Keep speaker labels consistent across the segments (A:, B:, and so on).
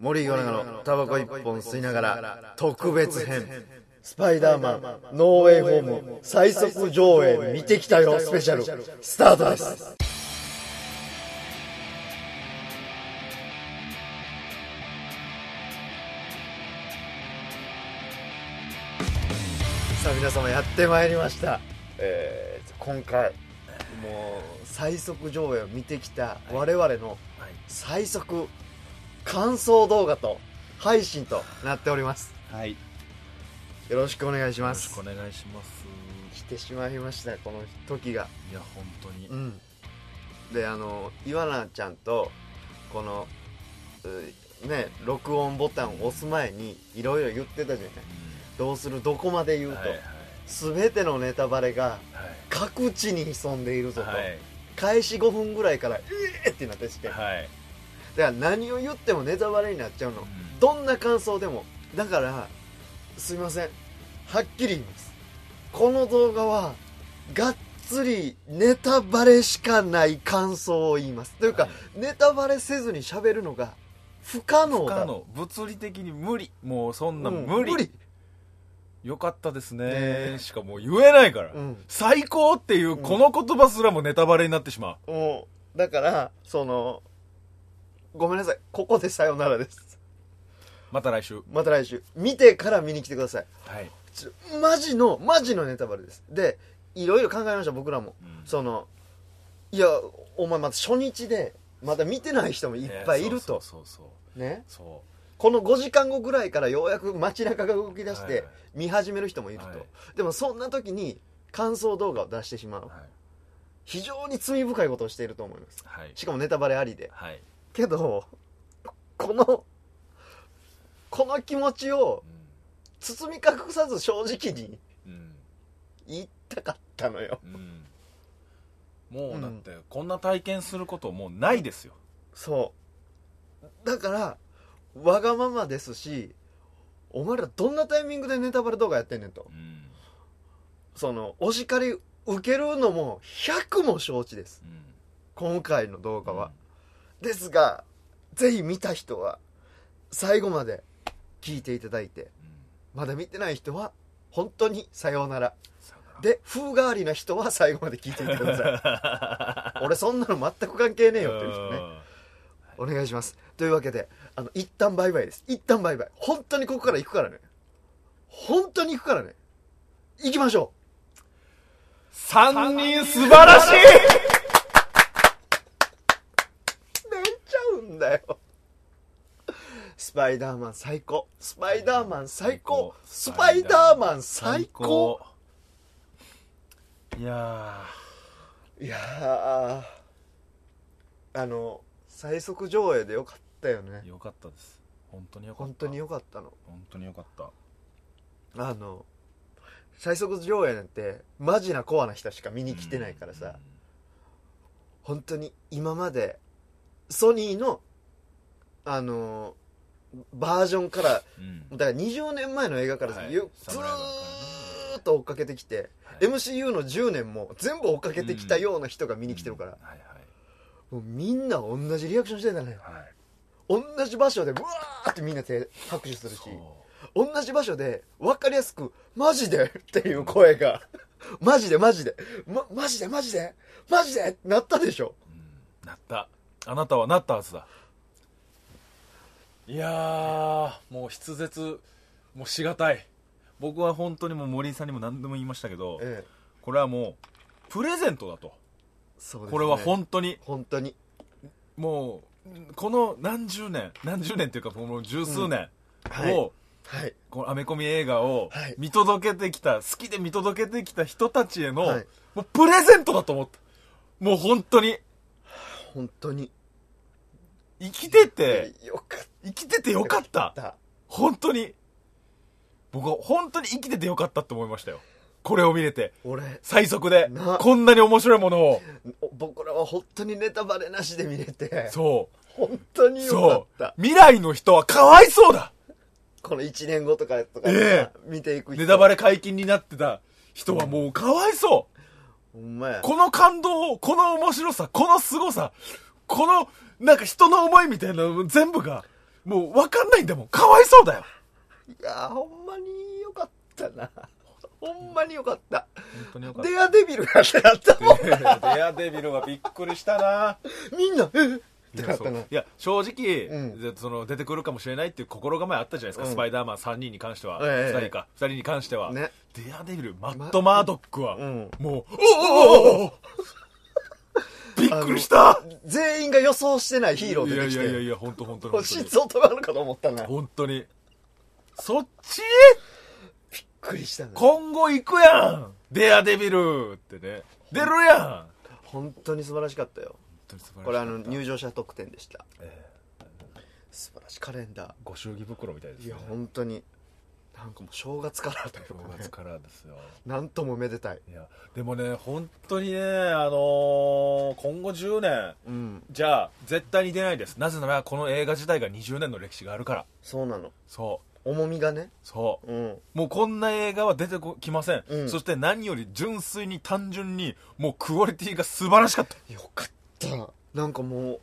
A: 森井ヨナガのタバコ一本吸いながら特別編スパイダーマンノーウェイホーム最速上映見てきたよスペシャルスタートですさあ皆様やってまいりました、えー今回もう最速上映を見てきた我々の
B: はい
A: 最速感想動画と配信となっております
B: はい、よ
A: よろしくお願いしま
B: ろし
A: す
B: くお願いします。
A: 来てしまいましたこの時が
B: いや、本当に。
A: うんであのイワナちゃんとこのうね録音ボタンを押す前にいろいろ言ってたじゃないどうするどこまで言うと、
B: はい、はい、
A: 全てのネタバレが
B: はい
A: 各地に潜んでいるぞと、
B: はい、
A: 開始5分ぐらいから「えー!」ってなってして、
B: はい、
A: だから何を言ってもネタバレになっちゃうの、
B: うん
A: どんな感想でもだからすいませんはっきり言いますこの動画はがっつりネタバレしかない感想を言いますというか、
B: はい
A: ネタバレせずに喋るのが不可能
B: 不
A: だ
B: 可能、物理的に無理、もうそんな
A: うん
B: 無理。
A: 無理
B: よかったです
A: ねえ
B: ね。しかもう言えないから、
A: うん
B: 最高っていうこの言葉すらもネタバレになってしまう。
A: もうだからそのごめんなさいここでさよならです
B: また来週。
A: また来週見てから見に来てください
B: はい。
A: ちょマジのマジのネタバレですでいろいろ考えました僕らも、
B: うん
A: そのいやお前まだ初日でまだ見てない人もいっぱいいる
B: や
A: と、
B: そうそうそう
A: ね、
B: そ
A: この5時間後ぐらいからようやく街中が動き出し
B: はい
A: て
B: はい
A: 見始める人もいると、
B: はい
A: でもそんな時に感想動画を出してしまう、
B: う。はい。
A: 非常に罪深いことをしていると思います
B: はい。
A: しかもネタバレありで
B: はい。
A: けどこのこの気持ちを包み隠さず正直に
B: うん。うん。
A: 言いたかったのよ
B: うん。もうだって、こんな体験することもうないですよ。
A: そうだからわがままですしお前らどんなタイミングでネタバレ動画やってんねんと
B: うん。
A: そのお叱り受けるのも100も承知です
B: うん。
A: 今回の動画は、ですがぜひ見た人は最後まで聞いていただいて
B: うん。うん
A: まだ見てない人は本当にさようなら
B: さよなら
A: で風変わりな人は最後まで聞いていてくだ さい俺そんなの全く関係ねえよっていう人ねお願いしますというわけであの一旦バイバイです一旦バイバイ本当にここから行くからね本当に行くからね行きましょ
B: 三人素晴らしいう
A: 泣いちゃうんだよスパイダーマン最高スパイダーマン最高スパイダーマン最高
B: いや
A: いやーあの最速上映でよかったよね
B: ーよかったです本当によかった
A: 本当によかったの
B: 本当によかった
A: あの最速上映なんてマジなコアな人しか見に来てないからさ、本当に今までソニーのあのーバージョンから
B: うんうん
A: だから20年前の映画からず,、
B: はい
A: ず
B: 侍の
A: ーっと追っかけてきて、
B: はい
A: MCU の10年も全部追っかけてきたような人が見に来てるから
B: うん、はい
A: もうみんな同じリアクションしてたね
B: はいはい
A: 同じ場所でうわーってみんな手拍手するし同じ場所で分かりやすく「マジで?」っていう声が「マジでマジで、ま、マジでマジでマジで?」ってなったでしょ
B: うんなったあなたはなったはずだいやーもう筆舌もうしがたい僕は本当にもう森井さんにも何でも言いましたけど
A: ええ
B: これはもうプレゼントだと
A: そうですね
B: これは本当に
A: 本当に
B: もうこの何十年何十年っていうかこの十数年
A: はい
B: を、
A: はい
B: このアメコミ映画を
A: はい
B: 見届けてきた、好きで見届けてきた人たちへの、
A: はい
B: もうプレゼントだと思ったもう本当に
A: 本当に
B: 生きてて
A: よかっ
B: 生きててよかった
A: た
B: 本当に僕は本当に生きててよかったって思いましたよこれを見れて
A: 俺
B: 最速で
A: な
B: こんなに面白いものを
A: お僕らは本当にネタバレなしで見れて
B: そ
A: 本当
B: う
A: によかっ
B: そ
A: た
B: う未来の人はかわいそうだ
A: この1年後とかとか、
B: え
A: 見ていく人
B: ネタバレ解禁になってた人はもうかわいそう
A: ほんまや
B: この感動を、この面白さ、この凄さ、この、なんか人の思いみたいなの全部が、もう分かんないんだもん。かわいそうだよ。
A: いやーほんまによかったなほんまによかった
B: 本当によかっ
A: デアデビルがってなったもん
B: た。デアデビルはびっくりしたな。
A: みんなえっって
B: いや
A: なっ
B: そう
A: た
B: い
A: の
B: や正直、
A: うん
B: でその出てくるかもしれないっていう心構えあったじゃないですか、
A: うん
B: スパイダーマン3人に関しては、
A: ええ
B: 2人か2人に関しては、
A: ね
B: デアデビルマット・マードックは、
A: うん
B: もうおおおおおおびっくりした
A: 全員が予想してないヒーロー
B: いや
A: 出てき
B: いやいやい
A: て
B: や本当本当に
A: もう
B: 本当
A: 心
B: に
A: 臓止まるかと思ったなびっ
B: 本当にそっち
A: くりしたな
B: 今後行くやんデアデビルってね出るやん本
A: 本当に素晴らしかったよ
B: 当に素晴らしい
A: これあの入場者特典でした、
B: え
A: 素晴らしいカレンダ
B: ご祝儀袋みたいで
A: ー
B: す
A: い
B: ね
A: や本当になんかもう正月からという
B: 正
A: かね
B: 月からですよ
A: なんともめでたい
B: いやでもね本当にねあのー今後10年
A: うん
B: じゃあ絶対に出ないですなぜならこの映画自体が20年の歴史があるから
A: そうなの
B: そう
A: 重みがね
B: そう
A: うん
B: もうこんな映画は出てこきません、
A: うん
B: そして何より純粋に単純にもうクオリティが素晴らしかった
A: よかったなんかもう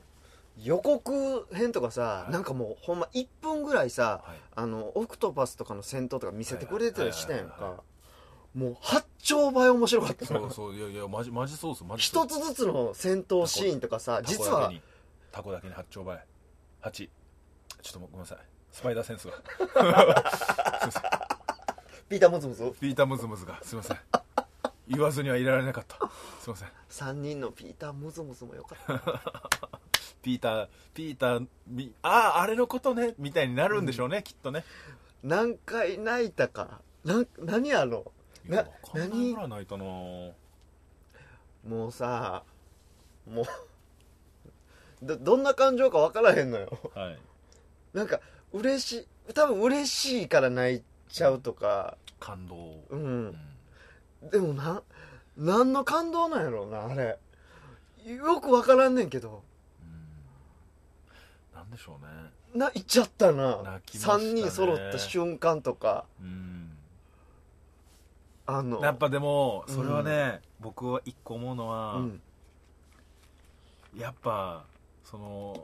A: 予告編とかさ、
B: はい
A: なんかもうほんま1分ぐらいさ、
B: はい
A: あのオクトパスとかの戦闘とか見せてくれてたりしたやん
B: はいはいはい
A: かもう八丁倍面白かった
B: そ
A: な
B: うそういやいやマジマジそうですマジそう
A: 一つずつの戦闘シーンとかさ実は
B: タコだけに八丁倍八ちょっとごめんなさいスパイダーセンスがすいません
A: ピータームズムズ
B: ピータームズムズがすいません言わずにはいられなかったすいません
A: 3人のピータームズムズもよかった
B: ピーター、ピーター、みああ、あれのことね、みたいになるんでしょうね、きっとね。
A: 何回泣いたかな何あの
B: いや
A: な、
B: わかんないぐらい泣いたなぁ
A: もうさもうどどんな感情か分からへんのよ
B: はい。
A: なんか嬉しい多分嬉しいから泣いちゃうとか
B: 感動。
A: う
B: うん
A: んでもな何の感動なんやろうなあれよく分からんねんけど
B: なんでしょうね。
A: 泣いちゃったな
B: 泣きましたね
A: 三3人揃った瞬間とか
B: うん。
A: あの
B: やっぱでも、それはね、僕は一個思うのは、
A: うん
B: やっぱ、その、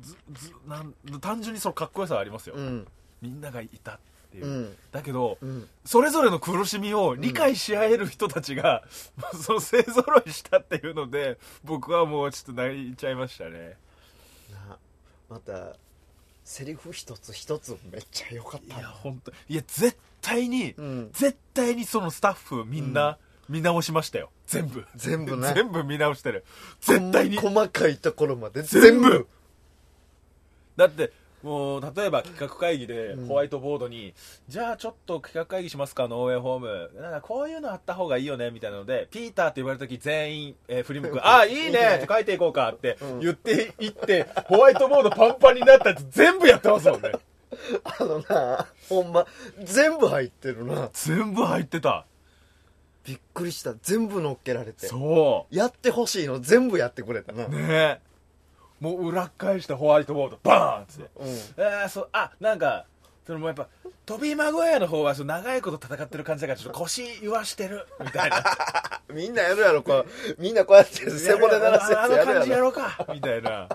B: ず、ず、なん、単純にそのかっこよさはありますよ。
A: うん
B: みんながいたっていう。
A: うん
B: だけど、
A: うん
B: それぞれの苦しみを理解し合える人たちが、 その勢ぞろいしたっていうので僕はもうちょっと泣いちゃいましたね
A: なまたセリフ一つ一つめっちゃ良かっ
B: い
A: た
B: や
A: な
B: 本当いや絶対に、
A: うん
B: 絶対にそのスタッフみんな、見直しましたよ全部
A: 全部ね
B: 全部見直してる絶対に
A: 細かいところまで
B: 全
A: 全
B: 部
A: 部
B: だってもう例えば企画会議で
A: うん
B: ホワイトボードに、じゃあちょっと企画会議しますかノーウェイホームなんかこういうのあった方がいいよねみたいなのでピーターって言われた時全員、えー振り向 くああいいねって書いていこうかって言っていって、ホワイトボードパンパンになったやつ全部やってますもんね
A: あのなほんま全部入ってるな
B: 全部入ってた
A: びっくりした全部乗っけられて
B: そ
A: やってほしいの全部やってくれたな、
B: うねえもう裏返してホワイトボードバーンっつって
A: うん
B: えー、そうあなんかそのもうやっぱトビー・マグワイアの方はその長いこと戦ってる感じだからちょっと腰言わしてるみたいな
A: みんなやるやろこうみんなこうやって 背骨鳴らすや
B: あ
A: つ
B: の
A: や
B: 感
A: る
B: じ
A: や
B: や
A: ろ
B: ろうかみたいな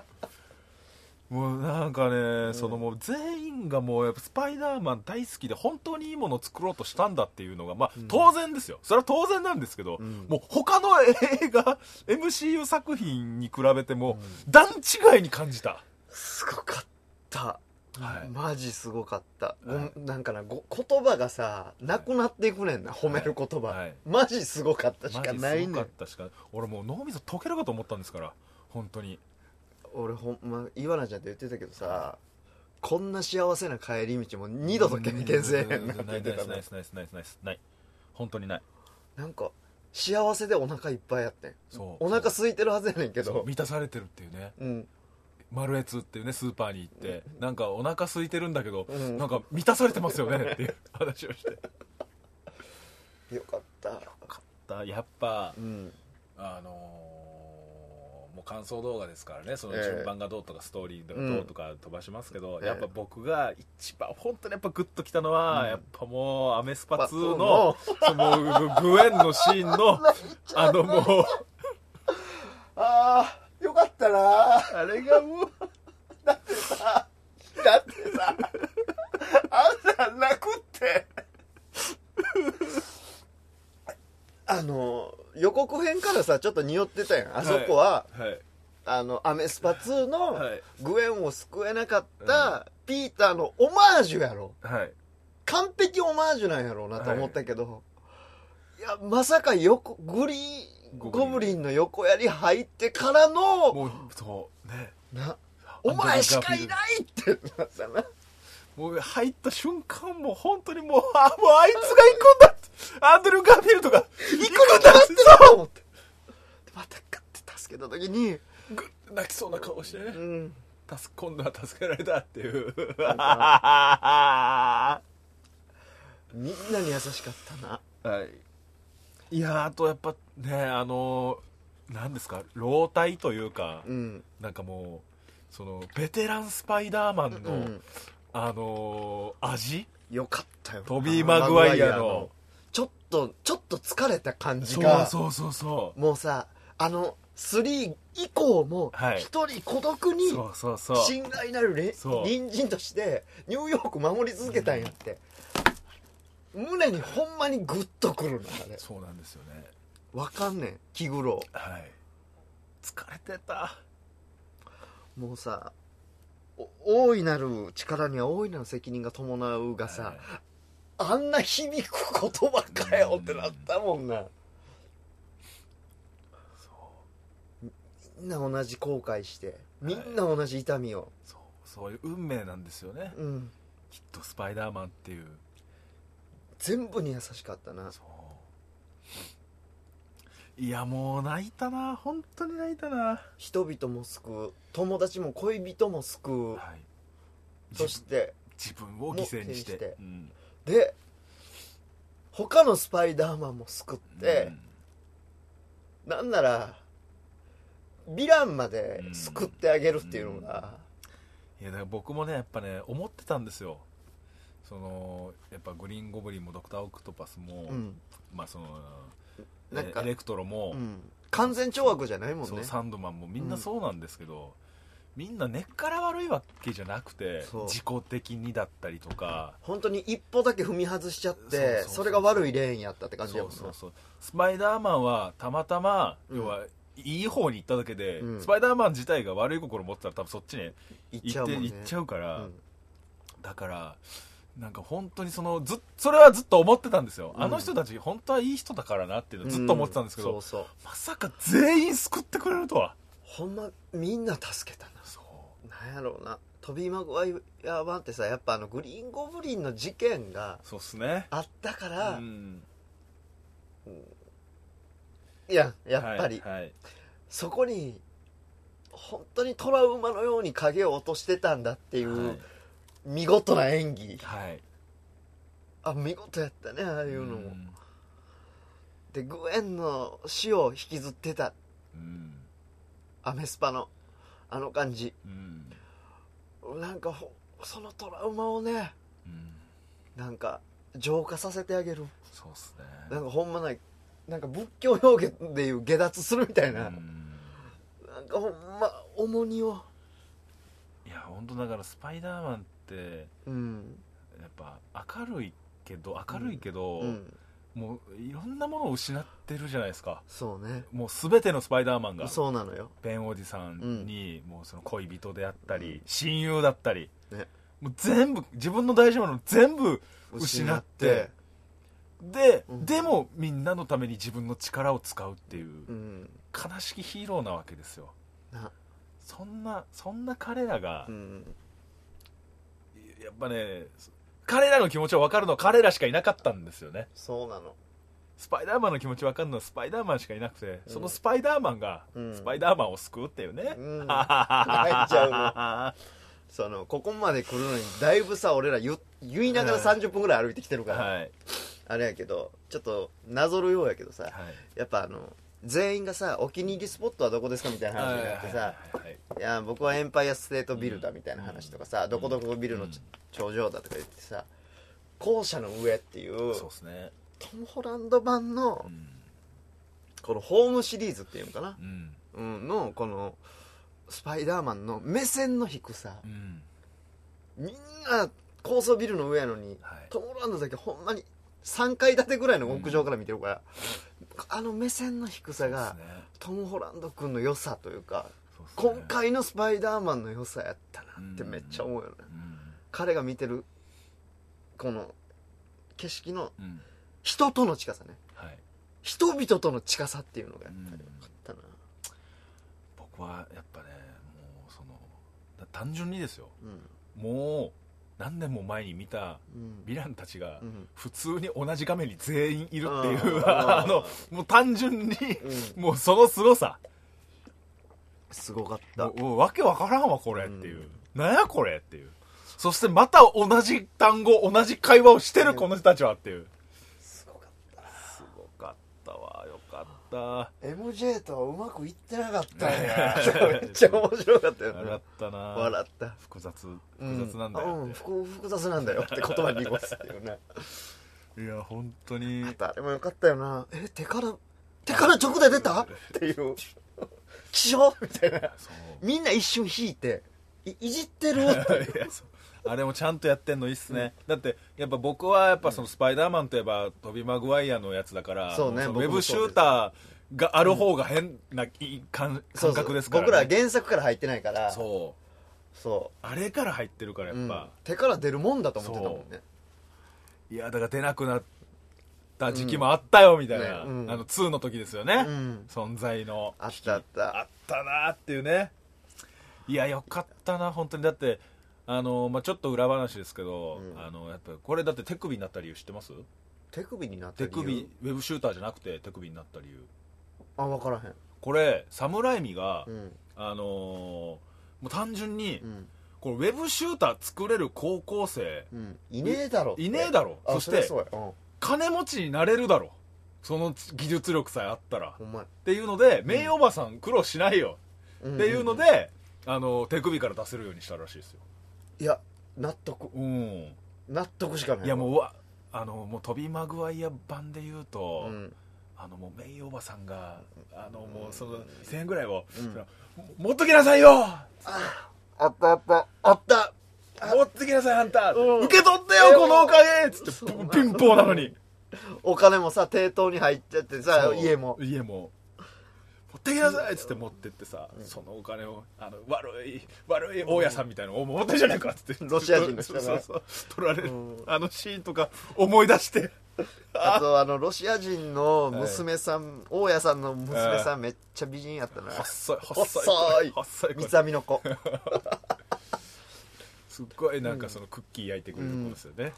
B: もうなんかね、そのもう全員がもうやっぱスパイダーマン大好きで本当にいいものを作ろうとしたんだっていうのがまあ当然ですよ、それは当然なんですけど、
A: ん
B: もう他の映画 MCU 作品に比べても段違いに感じた、
A: すごかった、
B: はい
A: マジすごかった、ご
B: はい
A: なんかなご言葉がさなくなっていくねんな、褒める言葉、
B: はい
A: マジすごかったしかない
B: マジす
A: ね
B: ごか
A: ん
B: ったしか俺もう脳みそ溶けるかと思ったんですから本当に
A: 俺ほんま岩名ちゃんと言ってたけどさこんな幸せな帰り道も二度と経験せえへんなって
B: な
A: 言っ
B: い
A: て
B: な
A: た
B: い
A: の
B: ないないないないない本当にない
A: なんか幸せでお腹いっぱいやってん
B: そう
A: お腹空いてるはずやねんけ
B: そう
A: ど
B: 満たされてるっていうね
A: うん
B: マルエツっていうねスーパーに行ってなんかお腹空いてるんだけど、
A: うん
B: なんか満たされてますよねっていう話をして
A: よかった
B: だやっぱ
A: うん
B: あのーもう感想動画ですからねその順番がどうとかストーリーがどうとか飛ばしますけど、
A: うん
B: やっぱ僕が一番本当にやっぱグッときたのは、
A: うん
B: やっぱもうアメスパ
A: まあ
B: 2のそのグエンのシ ーンのあのもう
A: ああよかったな
B: あれがもう
A: だって辺からさちょっと匂ってたやんあそこは、
B: はい
A: あのアメスパ2の
B: はい
A: グエンを救えなかったピーターのオマージュやろ
B: はい
A: 完璧オマージュなんやろうなと思ったけど、い、やまさか横グリーンゴ
B: ゴ
A: ブ
B: ブ
A: リ
B: リ
A: ンの横やり入ってからの
B: もうそうね
A: なお前しかいないってなったな
B: もう入った瞬間もう本当にもうあもうあいつが行くんだってアンドリュー・ガーフィールドが行くんだって
A: そう思ってでまたガッて助けた時に、
B: ぐ泣きそうな顔してね
A: うん、
B: 助今度は助けられたっていう
A: なん
B: は
A: みんなに優しかったない
B: いやーあとやっぱねあのーなんですか老体というか
A: うん
B: なんかもうそのベテランスパイダーマン
A: う
B: の、
A: ん
B: あのー味
A: よかったよ
B: トビー・マグワイアの
A: マちょっとちょっと疲れた感じ
B: そ
A: が
B: うそうそうそう
A: もうさあの3以降も
B: はい
A: 一人孤独に
B: そうそうそう
A: 信頼なるれ
B: そう
A: 隣人としてニューヨーク守り続けたんやって、胸にほんまにグッとくるのあれ
B: そうなんですよね
A: わかんねん気苦労
B: はい疲れてた
A: もうさお大いなる力には大いなる責任が伴うがさ、
B: はい
A: あんな響く言葉かよってなったもんな、
B: そう
A: みんな同じ後悔してみんな同じ痛みを、
B: そうそういう運命なんですよね
A: うん
B: きっとスパイダーマンっていう
A: 全部に優しかったな
B: そういやもう泣いたな本当に泣いたな、は
A: 人々も救う友達も恋人も救う
B: い、
A: そして
B: 自分を犠牲にし
A: も
B: て
A: 犠牲にして
B: うん
A: で他のスパイダーマンも救って、なんならヴィランまで救ってあげるっていうのが、
B: うんいやだから僕もねやっぱね思ってたんですよそのやっぱグリーンゴブリンもドクター・オクトパスも、
A: うん
B: まあその
A: なんか
B: エレクトロも、
A: うん完全懲悪じゃないもん
B: そう
A: ね
B: サンドマンもみんなそうなんですけど、みんな根っから悪いわけじゃなくて
A: そう
B: 自己的にだったりとか
A: 本当に一歩だけ踏み外しちゃっ
B: そうそう
A: て
B: そう
A: それが悪いレーンやったって感じやも
B: そうん
A: な
B: そうそうスパイダーマンはたまたま、
A: うん
B: 要はいい方に行っただけで、
A: うん
B: スパイダーマン自体が悪い心持ってたら多分そっちに
A: 行っち
B: 行
A: ゃ
B: っ
A: う
B: て
A: もんね
B: 行っちゃうから、
A: うん
B: だからなんか本当にそのずっそれはずっと思ってたんですよ、
A: うん
B: あの人たち本当はいい人だからなっていうのずっと思ってたんですけど、
A: うそうそう
B: まさか全員救ってくれるとは
A: ほんまみんな助けた
B: そう
A: ななんやろうなトビー・マグワイア版ってさやっぱあのグリーン・ゴブリンの事件が
B: そうっすね
A: あったか
B: う
A: ら、
B: ん
A: いややっぱり、
B: はいはい
A: そこに本当にトラウマのように影を落としてたんだっていう、
B: はい
A: 見事な演技
B: はい
A: あ見事やったねああいうのも、
B: ん
A: でグエンの死を引きずってた
B: うん
A: アメスパのあの感じ
B: うん
A: なんかほそのトラウマをね
B: うん
A: なんか浄化させてあげる
B: そうっす
A: な
B: ね
A: んかほんまないなんか仏教表現でいう下脱するみたいな、
B: うん
A: なんかほんま重荷を
B: いや本当だからスパイダーマンって
A: うん、
B: やっぱ明るいけど明るいけど、
A: うん、
B: もういろんなものを失ってるじゃないですか
A: そうね
B: もう全てのスパイダーマンが
A: そうなのよ
B: ベンおじさんに、もうその恋人であったり、親友だったり、
A: ね
B: もう全部自分の大事なもの全部失ってで、
A: うん
B: でもみんなのために自分の力を使うっていう、
A: うん
B: 悲しきヒーローなわけですよ
A: な
B: そんなそんな彼らが、
A: うん
B: やっぱね彼らの気持ちを分かるのは彼らしかいなかったんですよね
A: そうなの
B: スパイダーマンの気持ち分かるのはスパイダーマンしかいなくて、
A: うん
B: そのスパイダーマンが、
A: うん
B: スパイダーマンを救うっていうね、
A: うん い
B: 泣
A: ちゃそのここまで来るのにだいぶさ俺ら言言いながら30分ぐらい歩いてきてるから、
B: はい、
A: あれやけどちょっとなぞるようやけどさ
B: はい
A: やっぱあの全員がさお気に入りスポットはどこですかみたいな話になってさ、
B: はいはい
A: いや僕はエンパイアステートビルだみたいな話とかさ、どこどこビルのち、
B: うん
A: 頂上だとか言ってさ校舎の上っていう
B: そうですね
A: トム・ホランド版の
B: うん、
A: このホームシリーズっていうのかな、
B: うん
A: うん、のこのスパイダーマンの目線の低さ
B: うん
A: みんな高層ビルの上やのに
B: はい
A: トム・ホランドだけほんまに3階建てぐらいの屋上から見てるから、あの目線の低さが、
B: そうですね
A: トム・ホランド君の良さというか
B: そうっすね
A: 今回のスパイダーマンの良さやったなってめっちゃ思うよね、
B: うん
A: 彼が見てるこの景色の
B: うん
A: 人との近さね
B: はい
A: 人々との近さっていうのがやっぱりよかったな、
B: 僕はやっぱねもうそのだ単純にですよ
A: うん
B: もう何年も前に見た
A: うん
B: ヴィランたちが
A: うん
B: 普通に同じ画面に全員いるっていう、
A: うん
B: あのもう単純に、
A: う
B: もうその凄さ
A: すごかった
B: もうもうわけわからんわこれっていうう、なんやこれっていうそしてまた同じ単語同じ会話をしてるこの人たちはっていう
A: すごかった
B: すごかったわよかった
A: MJ とはうまくいってなかったんやめっちゃ面白かったよ
B: 笑
A: ね
B: ったな
A: 笑った
B: 複雑
A: う
B: 複雑なんだ
A: う
B: よ
A: ん、
B: って、
A: 複複雑なんだよって言葉に濁すっていうね
B: いや本当 に
A: あれもよかったよなえ手から手から直で出たっていう気象みたいな
B: そう
A: みんな一瞬引いていいじってるっていう
B: いやそうあれもちゃんとやってんのいいっすね、だってやっぱ僕はやっぱそのスパイダーマンといえばトビ・マグワイアのやつだから
A: そうね
B: の
A: 僕も
B: ウェブシューターがある方が変な、い感
A: そうそ
B: 感
A: う
B: 覚ですから、ね、
A: 僕らは原作から入ってないからそう
B: そうあれから入ってるからやっ
A: うん
B: ぱ、、
A: 手から出るもんだと思ってたもんね
B: いやだから出なくなった時期もあったよみたいな、
A: ねうん
B: あの2の時ですよね、
A: うん
B: 存在の
A: あったあった
B: あったなーっていうねいやよかったな本当にだってあの、まあ、ちょっと裏話ですけど、
A: うん
B: あのやっぱこれだって手首になった理由知ってます
A: 手首になって
B: 手
A: る理由
B: 首ウェブシューターじゃなくて手首になった理由
A: あ分からへん
B: これサムライミが、
A: うん
B: あのーもう単純に、
A: うん
B: これウェブシューター作れる高校生
A: うんいねえだろって
B: いねえだろ
A: あ
B: そして
A: そりゃそうや
B: 金持ちになれるだろその技術力さえあった
A: う
B: ら、
A: ん
B: っ
A: ほんまや
B: ていうのでメイおばさん苦労しないよ、
A: ん
B: っていうので、あの手首から出せるようにしたらしいですよ
A: いや納得
B: うん
A: 納得しかない
B: いやもううわあのもう飛びマグワイア版で言うと、
A: ん
B: あのもうメイおばさんがあのもうその1000円ぐらいを、
A: うん
B: そのも持っときなさいよ
A: あったあったあった
B: 持ってきなさいあんた、
A: うん
B: 受け取ってよこのお金つって
A: そう
B: 貧乏なのに
A: お金もさ抵当に入っちゃってさ
B: そう
A: 家も
B: 家も持ってきなさいっつって持ってってさ、そのお金をあの悪い悪い大家さんみたいなのを持ってんじゃねえかっつって
A: ロシア人の人
B: そう
A: が
B: そうそう取られる、
A: うん
B: あのシーンとか思い出して
A: あとあのロシア人の娘さん、大家さんの娘さんめっちゃ美人やったな
B: 細い
A: 細い
B: 細いこ
A: 三
B: れ
A: つ編みの子
B: すっごいなんかそのクッキー焼いてくれる子ですよね、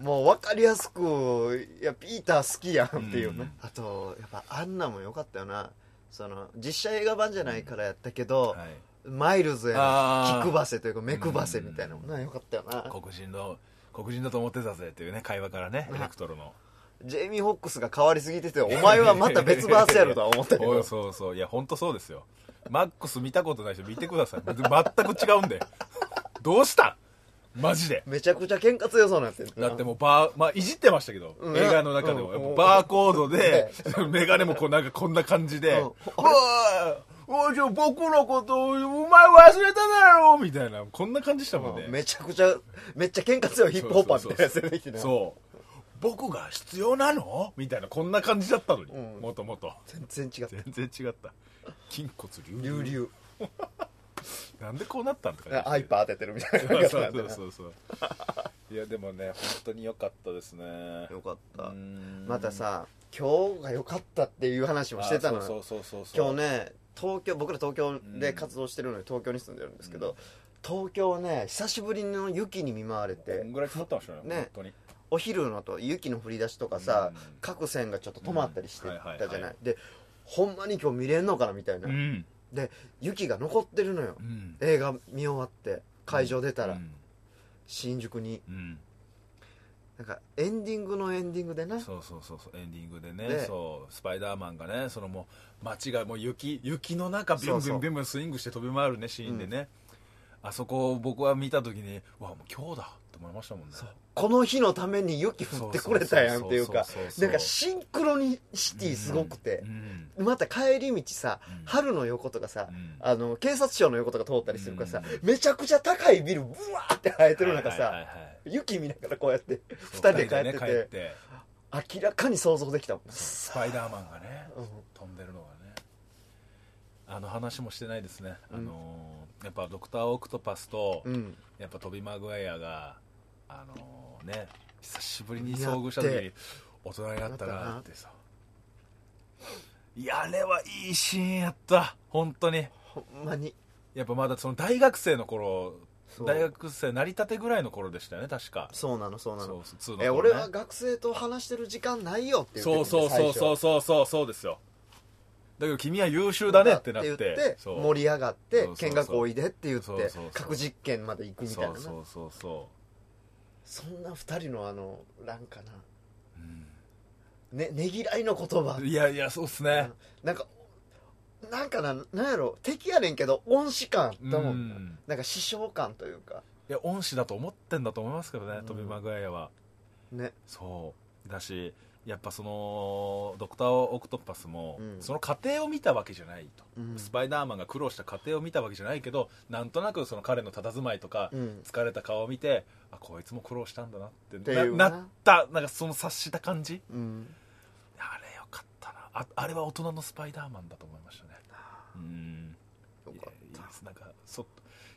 A: もう分かりやすくいやピーター好きやんっていうね、
B: うん
A: あとやっぱアンナも良かったよなその実写映画版じゃないからやったけど、
B: はい
A: マイルズや
B: あ
A: な
B: ー
A: 気くばせというか目くばせみたいなもんな良かったよな
B: 黒人の黒人だと思ってたぜっていうね会話からね
A: うん
B: エレクトロの
A: ジェイミー・ホックスが変わりすぎててお前はまた別バースやろとは思ったけ
B: お
A: ど
B: いそうそういや本当そうですよマックス見たことない人見てください全く違うんでどうしたマジで
A: めちゃくちゃ喧嘩強そうなってるな
B: だってもうバー、まあ、いじってましたけど、
A: うん
B: 映画の中で
A: う
B: も、
A: ん
B: やっぱバーコードで、 メガネもこうなんかこんな感じで、
A: うん
B: おいおいちょ僕のことお前忘れただろみたいな、こんな感じしたもんね。
A: めちゃくちゃめっちゃ喧嘩強いヒップホッパーみたいなやつ出てきてな
B: そう。僕が必要なのみたいな、こんな感じだったのに、
A: うん
B: もともと。
A: 全然違った
B: 全然違った。筋骨隆
A: 流々
B: なんでこうなったんとか
A: あアイパー当ててるみたいな
B: そう
A: やつ
B: そ
A: なん
B: う
A: だ
B: そ
A: な
B: うそうそう。いや、でもね、本当に良かったですね。
A: よかった
B: うん
A: またさ今日が良かったっていう話もしてたの
B: あそ
A: よ
B: うそうそうそ
A: 今
B: う
A: 日ね東京僕ら東京で活動してるのに東京に住んでるんですけど、東京ね久しぶりの雪に見舞われ
B: こ
A: て
B: んぐらい積もってましたね
A: ね
B: 本当に
A: お昼のと雪の降り出しとかさ、
B: うん
A: 各線がちょっと止まったりして
B: うんはいはい
A: た
B: は
A: じゃ
B: い
A: ない,、でほんまに今日見れんのかなみたいな、
B: ん
A: で雪が残ってるのよ、
B: ん
A: 映画見終わって会場出たら、
B: うん
A: 新宿に
B: うん
A: なんかエンディングのエンディングでな
B: そうそうそうそうエンディングでね
A: ね
B: そうスパイダーマンがねそのもう街がもう雪雪の中ビュンビ
A: そう
B: ュ
A: そう
B: ンビュンビュンスイングして飛び回るねシーンでね、あそこを僕は見た時にうわもう今日だと思いましたもんね
A: この日のために雪降ってくれたやんっていうか
B: そうそうそうそう
A: なんかシンクロニシティすごくて
B: うん、うん
A: また帰り道さ
B: うん
A: 春の横とかさ、
B: うん
A: あの警察署の横とか通ったりするからさ、めちゃくちゃ高いビルブワーって生えてる中さ、
B: はいはいはいはい
A: 雪見ながらこうやって2
B: そう
A: 人で帰ってて
B: 二人でね帰っ
A: 明
B: て
A: らかに想像できたもん
B: スパイダーマンがね、
A: うん
B: 飛んでるのがねあの話もしてないですね、あのーやっぱドクター・オクトパスと、
A: うん
B: やっぱトビ・マグワイアがあのーね久しぶりに遭遇した時
A: やっ
B: に大人になった
A: なった
B: な
A: な
B: ってさいやあれはいいシーンやった本当に
A: ほんまに
B: やっぱまだその大学生の頃
A: そう
B: 大学生なりたてぐらいの頃でしたよね確か
A: そうなのそうな
B: そう
A: の
B: 普通の頃ね
A: え俺は学生と話してる時間ないよって言って
B: そうそうそうそ
A: そ
B: うそうそうそうですよだけど君は優秀だねってなってそう
A: 盛り上がっ
B: そう
A: て
B: そうそう
A: 見学おいでって言っ
B: そうそう
A: て
B: そう
A: 核実験まで行くみたいな
B: そう
A: な
B: そうそうそ
A: そんな二人のあのなんかな
B: う、
A: ねねぎらいの言葉
B: うんいやいやそうっすね
A: なんかなんかななんやろ敵やねんけど恩師感あったも
B: うん
A: な、
B: ん
A: なんか師匠感というか
B: いや恩師だと思ってんだと思いますけどね、
A: うん
B: トビ・マグワイアは
A: ね
B: そうだしやっぱそのドクター・オクトパスも、
A: うん
B: その過程を見たわけじゃないと、
A: うん
B: スパイダーマンが苦労した過程を見たわけじゃないけどなんとなくその彼の佇まいとか、
A: うん
B: 疲れた顔を見てあこいつも苦労したんだなって
A: ていう
B: な
A: な
B: なったなんかその察した感じ
A: うん
B: あれよかったなああれは大人のスパイダーマンだと思いましたねうん
A: よか
B: い
A: っ
B: やいいですなんかそ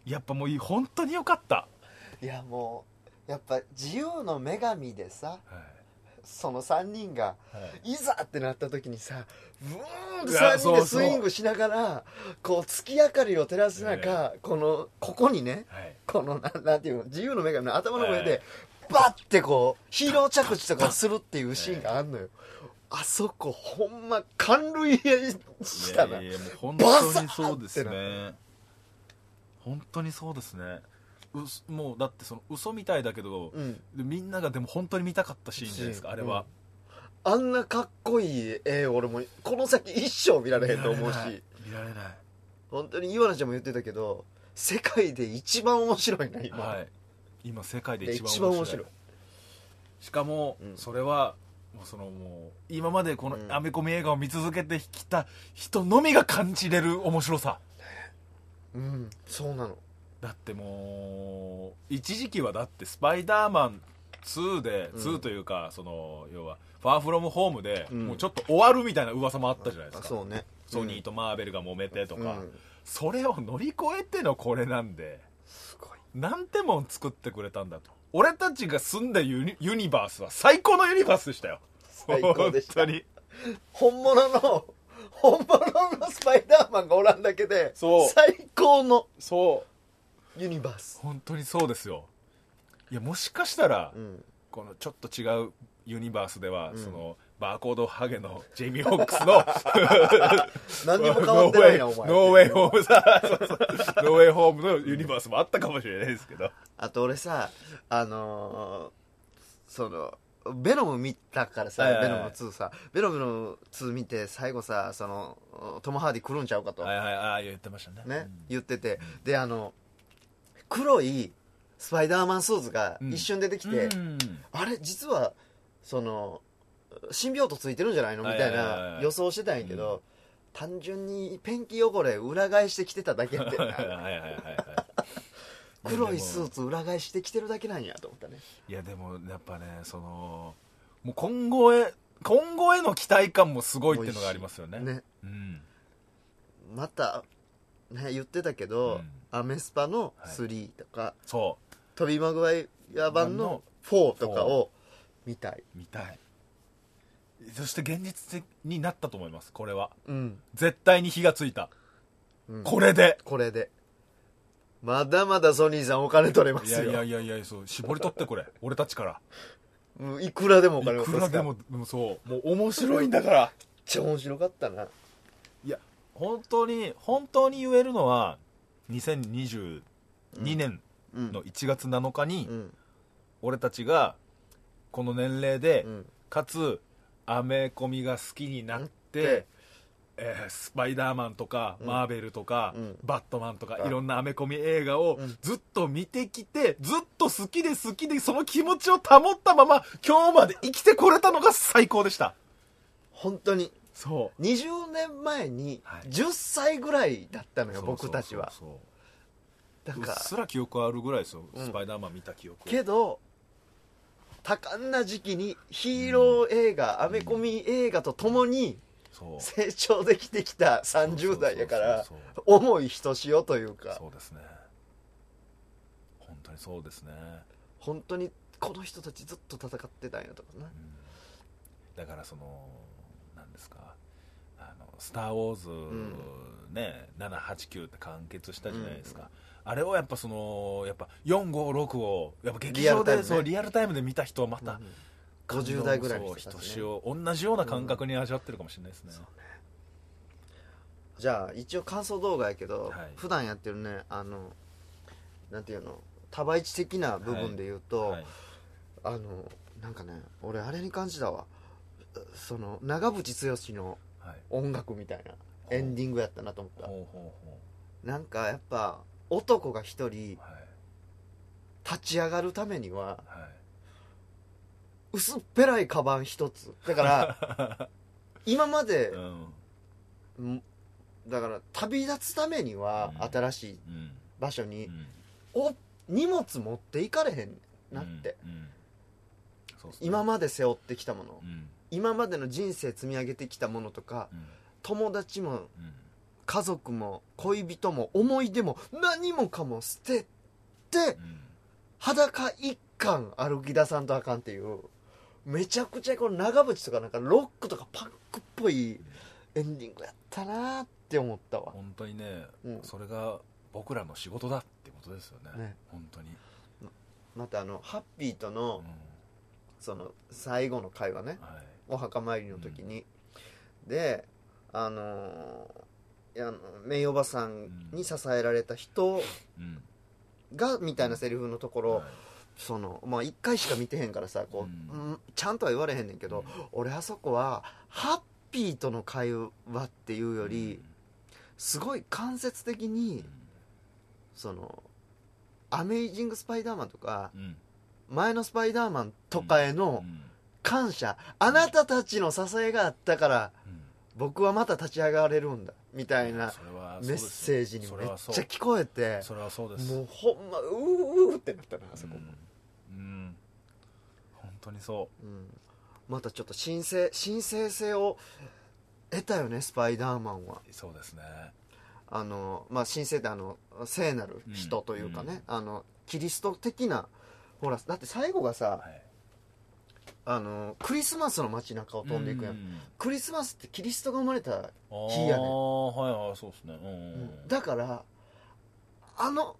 B: やっぱもういい本当によかった、
A: たいやもうやっぱ自由の女神でさ
B: は
A: その3人が
B: いはい
A: いざってなった時にさブーン
B: い
A: と
B: や
A: 3人
B: そ
A: で
B: うそう
A: スイングしながらこう月明かりを照らす中、このここにね
B: はい
A: このなん なんていうの自由の女神の頭の上
B: え
A: で、バッてこうヒーロー着地とかをするっていうシーンがあんのよ、あそこほんま感涙したない
B: やいやもう本当にそうですね本当にそうですねうすもうだってその嘘みたいだけど、
A: うん
B: みんながでも本当に見たかったシーンじゃないですかあれは、
A: あんなかっこいい絵俺もこの先一生見られへんと思うし
B: 見られな
A: 本当に岩名ちゃんも言ってたけど世界で一番面白いな今、
B: い、はい、今世界で
A: で
B: 一番
A: 一
B: 面白
A: 番
B: い
A: 面白い
B: しかも
A: うん
B: それは、もうそのもう今までこの
A: うん
B: アメコミ映画を見続けてきた人のみが感じれる面白さ
A: うんそうなの
B: だってもう一時期はだって「スパイダーマン2で」
A: うん
B: 2というかその要は「ファーフロムホームで」
A: うん
B: もうちょっと終わるみたいな噂もあったじゃないです
A: あ
B: か
A: そうね
B: ソニーとマーベルが揉めてとか、
A: うん
B: それを乗り越えてのこれなんです
A: ごい
B: なんてもん作ってくれたんだと俺たちが住んだユニユニバースは最高のユニバースでしたよ
A: 最高でした
B: 本当に
A: 本物の本物のスパイダーマンがおらんだけで
B: そう
A: 最高の
B: そう
A: ユニバース
B: 本当にそうですよいやもしかしたら、
A: うん
B: このちょっと違うユニバースでは、
A: うん
B: そのバーコードハゲのジェイミー・ホックスの
A: 何にも変わって ないな
B: ノ
A: お
B: ーウェイ
A: 前
B: ノーウェイホームさそうそうノーウェイホームのユニバースもあったかもしれないですけど、
A: あと俺さあのーそのベノム見たからさ、
B: はいはいはい
A: ベノム2さベノムの2見て最後さそのトム・ハーディ来るんちゃうかと、
B: はいはいああ言ってましたね
A: ね、言っててであの黒いスパイダーマンスーツが一瞬出てき
B: うん
A: て、
B: うん
A: あれ実はその新病とついてるんじゃないのみたい
B: はいはいはい
A: な
B: はい
A: 予想してたんやけど、単純にペンキ汚れ裏返してきてただけやってん
B: はい
A: な
B: はいはいはい
A: 黒いス
B: で
A: ー
B: も
A: ツ裏返してきてるだけなんやと思ったね
B: いやでもやっぱねそのもう今後へ今後への期待感もすごいっていうのがありますよね
A: ね
B: うん
A: また、ね、言ってたけど、
B: うん
A: アメスパの3とか、
B: そ
A: トビー・マグワイア版の4とかを見たいう
B: 見たいそして現実になったと思いますこれは
A: うん、
B: 絶対に火がついた、
A: うん
B: これで
A: これでまだまだソニーさんお金取れま
B: い
A: す
B: や
A: よ
B: いやいやいやそう絞り取ってこれ俺たちから
A: もういくらでもお
B: い
A: 金渡すか
B: く
A: ら
B: らでもでもそうもう面白いんだから
A: めっちゃ面白かったない
B: や本当に本当に言えるのは2022年
A: うん
B: の1月7日に
A: うん
B: 俺たちがこの年齢で、
A: うん
B: かつアメコミが好きになっ
A: なってて、
B: えースパイダーマンとか、
A: うん
B: マーベルとか、
A: うん
B: バットマンとか、
A: うん
B: いろんなアメコミ映画を
A: うん
B: ずっと見てきて、ずっと好きで好きでその気持ちを保ったまま今日まで生きてこれたのが最高でした
A: 本当に
B: そう
A: 20年前に
B: はい
A: 10歳ぐらいだったのよ、僕たちは
B: そうそう
A: だ
B: そう
A: か
B: う
A: ら
B: っすら記憶あるぐらいですよ、
A: うん
B: スパイダーマン見た記憶
A: けど多感な時期にヒーロー映画、アメコミ映画とともに
B: そう
A: 成長できてきた30代やから
B: そうそうそう
A: 重いひとしおという
B: そう
A: か
B: そうですね本当にそうですね、
A: 本当にこの人たちずっと戦ってたんやとかな
B: うんだからそのなんですか「あのスター・ウォーズね」789って完結したじゃないですか、あれをやっぱそのやっぱ456をやっぱ劇場で
A: リアルタイムね
B: そうリアルタイムで見た人はまた、
A: うん50代ぐらい
B: そう
A: の
B: ひ
A: 人
B: と
A: た
B: し
A: ち、ね、
B: お同じような感覚に味わってるかもしれないですね、
A: じゃあ一応感想動画やけど、
B: はい
A: 普段やってるねあのなんていうの束市的な部分で言うと、
B: はい
A: あのなんかね俺あれに感じたわその長渕剛の
B: はい
A: 音楽みたいなエンディングやったなと思った
B: ほうほうほ
A: なんかやっぱ男が一人
B: うはい
A: 立ち上がるためには
B: は
A: 薄っぺらいカバン一つだから 今ま
B: い
A: で
B: う、ん
A: んだから旅立つためには
B: うん
A: 新しい
B: うん
A: 場所
B: う
A: に、
B: ん
A: お荷物持っていかれへんなって、
B: うんうんそうっすね
A: 今まで背負ってきたもの、
B: うん
A: 今までの人生積み上げてきたものとか
B: うん
A: 友達も
B: うん
A: 家族も恋人も思い出も何もかも捨てて
B: うん
A: 裸一貫歩き出さんとあかんっていうめちゃくちゃこの長渕とかなんかロックとかパンクっぽいエンディングやったなーって思ったわ、
B: 本当にね、
A: うん
B: それが僕らの仕事だってことですよね
A: ね
B: 本当に、
A: またあのハッピーと
B: う
A: の
B: ん
A: その最後の会話ね
B: はい
A: お墓参りの時に、であのーいやあのメイおばさんに支えられた人
B: うん
A: がみたいなセリフのところ、
B: はい
A: そのまあ1回しか見てへんからさこう、
B: うん
A: うんちゃんとは言われへんねんけど、
B: うん
A: 俺あそこはハッピーとの会話っていうより、すごい間接的
B: う
A: に
B: ん
A: その「アメイジング・スパイダーマン」とか
B: うん
A: 前の「スパイダーマン」とかへ
B: う
A: の
B: ん
A: 感謝、あなたたちの支えがあったから
B: うん
A: 僕はまた立ち上がれるんだみたいな
B: それは
A: メ
B: そ
A: ッ
B: うです
A: セージにめっちゃ聞こえて
B: それはそうそれはそうです
A: もうほんまうーうーってなったなあそこ、
B: うん、うん本当にそ
A: うん、またちょっと神聖神聖性を得たよねスパイダーマンは
B: うそうですね
A: あの、まあ、神聖ってあの聖なる人というかね、あのキリスト的なほらだって最後がさ
B: はい
A: あのクリスマスの街中を飛んでいくやん、
B: う
A: クリスマスってキリストが生まれた、
B: あー
A: 火やね
B: はいはいそうですねうんうん
A: だからあの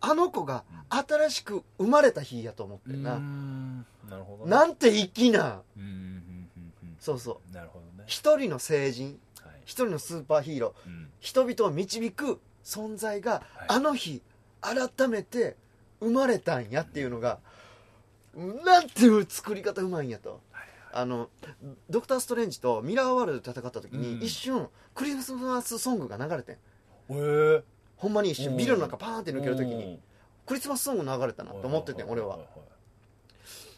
A: あの子が
B: う
A: 新しく生まれた日やと思ってんな、
B: うんなるほどね
A: なんて粋な
B: うんうんうんうん
A: そうそう
B: うんなるほどね
A: 一人の聖人
B: はい
A: 一人のスーパーヒーロー
B: うん
A: 人々を導く存在が、
B: はい
A: あの日改めて生まれたんやっていうのが、なんていう作り方うまいんやと、
B: はい
A: あのドクター・ストレンジとミラーワールドで戦った時に、
B: うん
A: 一瞬クリスマスソングが流れてん
B: へー
A: ほんまに一
B: うん
A: 瞬ビルの中パーンって抜ける時
B: うん
A: にクリスマスソング流れたなと思っててん俺は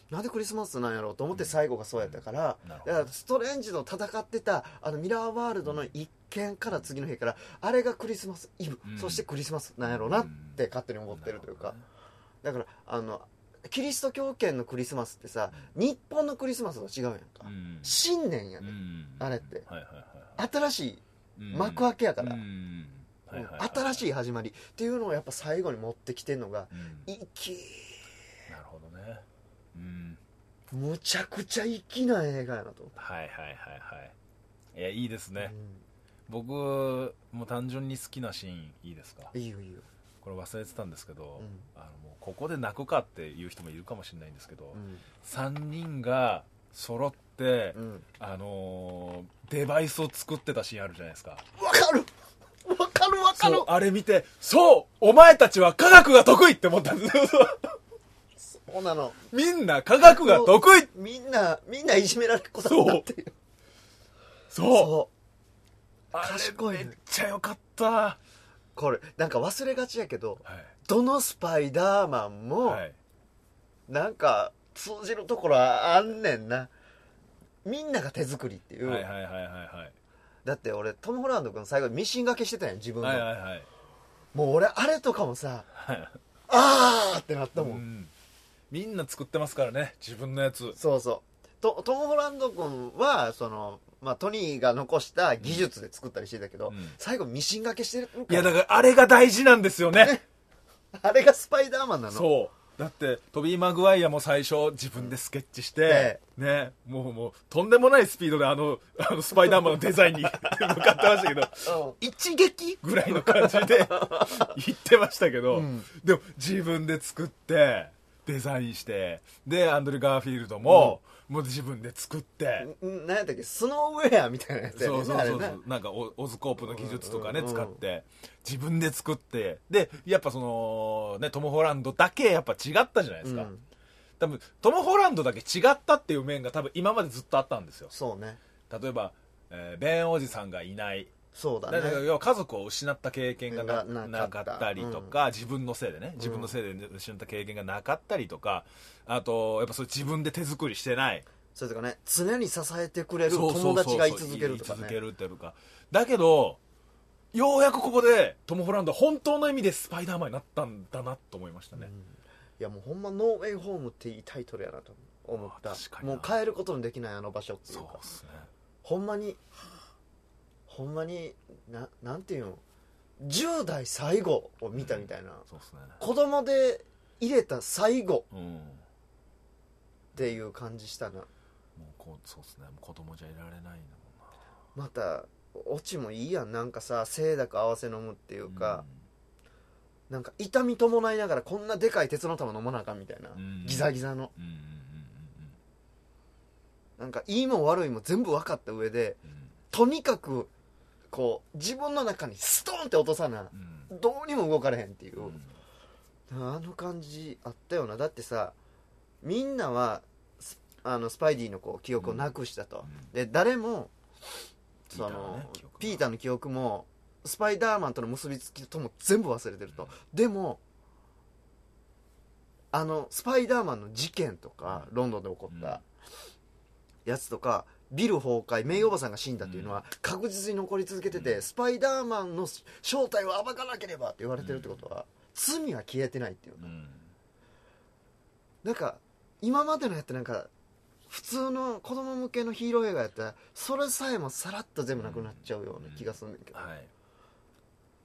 A: なんでクリスマスなんやろうと思って最後がそうやったから、
B: いはいは
A: だ
B: いな
A: か
B: る
A: らストレンジと戦ってたあのミラーワールドの一件から次の日からあれがクリスマスイブ、
B: うん
A: そしてクリスマスなんやろ
B: ほど
A: うなって勝手に思ってるというか、だからあのキリスト教圏のクリスマスってさ日本のクリスマスと違うやんか、
B: うん
A: 新年やね、
B: うん
A: あれって
B: はいはいはい
A: 新しい
B: はい
A: 幕開けやから、
B: うんはいはいはい
A: 新しい始まりっていうのをやっぱ最後に持ってきてんのが
B: うん
A: 粋
B: なるほどねうん
A: むちゃくちゃ粋な映画やなと思っ
B: はいはいはいはいいやいいです
A: た、
B: ね僕もう単純に好きなシーンいいですか
A: うんいいよいいよ、
B: これ忘れてたんですけど
A: うん
B: あのもうここで泣くかっていう人もいるかもしれないんですけど
A: うん
B: 3人が揃って
A: うん、
B: あのーデバイスを作ってたシーンあるじゃないですか
A: わかるわかるわか
B: そ
A: る
B: うあれ見てそうお前たちは科学が得意って思ったんです
A: そうなの
B: みんな科学が得意
A: みんなみんないじめられっ子だったっていう
B: そう
A: そう
B: あれ
A: 賢い
B: めっちゃよかったは
A: これなんか忘れがちやけど
B: い
A: どのスパイダーマンも
B: はい
A: なんか通じるところあんねんなみんなが手作りっていう、
B: はいはいはいはいはい
A: だって俺トム・ホランド君最後にミシンがけしてたやん自分の、
B: はいはいはい
A: もう俺あれとかもさ
B: はい
A: あーってなったもん、
B: うんみんな作ってますからね自分のやつ
A: そうそうとトム・ホランド君はその、まあ、トニーが残した技術で作ったりしてたけど、
B: うん
A: 最後ミシンがけしてるから
B: いやだからあれが大事なんですよね
A: あれがスパイダーマンなの
B: そうだってトビー・マグワイアも最初自分でスケッチして
A: え、
B: ねもうもうとんでもないスピードであのあのスパイダーマンのデザインに 向かってましたけど
A: うん
B: 一撃ぐらいの感じ で言ってましたけど、
A: うん
B: でも自分で作ってデザインしてでアンドリュー・ガーフィールドも、もう自分で作って、
A: ん何やったっけスノーウェアみたいなやつや
B: そ
A: ね
B: うそう
A: あ
B: そ
A: れ
B: う
A: な
B: そうなんかオオズコープの技術とかね、
A: うんうん
B: 使って自分で作ってでやっぱそのねトム・ホランドだけやっぱ違ったじゃないですか、
A: うん
B: 多分トム・ホランドだけ違ったっていう面が多分今までずっとあったんですよ
A: そうね
B: 例えば、えーベンおじさんがいない
A: そうだ
B: だから
A: ね
B: 要は家族を失った経験がな
A: な
B: な
A: な
B: か
A: か
B: っ
A: った
B: たりとか、自分のせいでね自分のせいで失った経験がなかったりとか、あとやっぱそれ自分で手作りしてない
A: それとかね常に支えてくれる
B: そうそうそう
A: 友達が居続けるとか
B: い続
A: ね
B: けるっていうかだけどようやくここでトム・ホランドは本当の意味でスパイダーマンになったんだなと思いましたね、
A: いやもうほんまノーウェイホームっていいタイトルやなと思った
B: あ確かにな
A: もう変えることのできないあの場所っていう
B: そう
A: か
B: ですね
A: ほんまにほんまにななんていうの10代最後を見たみたいな、
B: そうですね
A: 子供で入れた最後
B: うん
A: っていう感じしたな
B: もうこうそうですねもう子供じゃいられないんだもんな
A: またオチもいいやんなんかさ清濁合わせ飲むっていうか、なんか痛み伴いながらこんなでかい鉄の玉飲まなあかんみたいな、
B: うん
A: ギザギザの
B: うんうんうん
A: なんかいいも悪いも全部分かった上で
B: うん
A: とにかくこう自分の中にストンって落とさな
B: うんうん
A: どうにも動かれへんっていうう、
B: んうん
A: あの感じあったよなだってさみんなはスあのスパイディのこう記憶をなくしたと、で誰も
B: ピータ
A: そ
B: ーの
A: の
B: ね記憶が
A: ピーターの記憶もスパイダーマンとの結びつきとも全部忘れてると、でもあのスパイダーマンの事件とか、ロンドンで起こったやつとかビル崩壊メイおばさんが死んだっていうのは確実に残り続けてて、
B: うん
A: スパイダーマンの正体を暴かなければって言われてるってことは、罪は消えてないっていう
B: うんうん
A: なんか今までのやってなんか普通の子供向けのヒーロー映画やったらそれさえもさらっと全部なくなっちゃうような気がするんだけど、
B: はい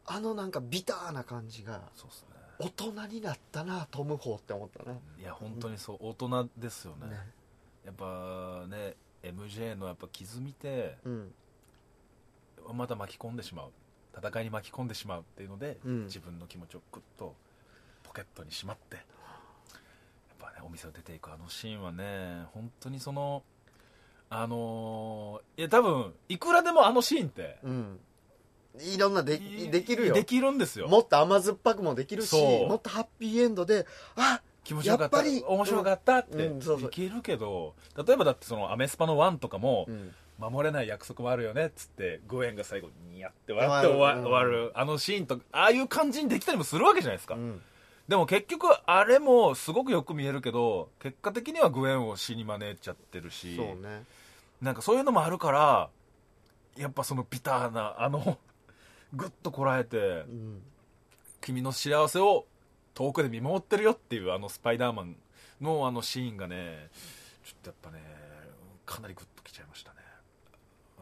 A: あのなんかビターな感じが
B: そうです
A: 大人になったなトム・ホーって思ったな、
B: ねいや本当にそう大人ですよね
A: ね
B: やっぱね MJ のやっぱ傷見て
A: うん
B: また巻き込んでしまう戦いに巻き込んでしまうっていうので、
A: うん
B: 自分の気持ちをグッとポケットにしまってやっぱねお店を出ていくあのシーンはね本当にそのあのーいや多分いくらでもあのシーンって
A: うんいろんなで
B: い
A: できるよ
B: できるんですよ
A: もっと甘酸っぱくもできるし
B: そう
A: もっとハッピーエンドであ
B: 気持ちよかった
A: やっぱり
B: 面白かったって
A: うんうんそうそう
B: できるけど例えばだってそのアメスパの1とかも
A: うん
B: 守れない約束もあるよねっつってグエンが最後にやって笑って終わ
A: うん
B: 終わるあのシーンとああいう感じにできたりもするわけじゃないですか、
A: うん
B: でも結局あれもすごくよく見えるけど結果的にはグエンを死に招いちゃってるし
A: そうね
B: なんかそういうのもあるからやっぱそのビターなあのグッとこらえて
A: うん
B: 君の幸せを遠くで見守ってるよっていうあのスパイダーマンのあのシーンがねちょっとやっぱねかなりグッときちゃいましたね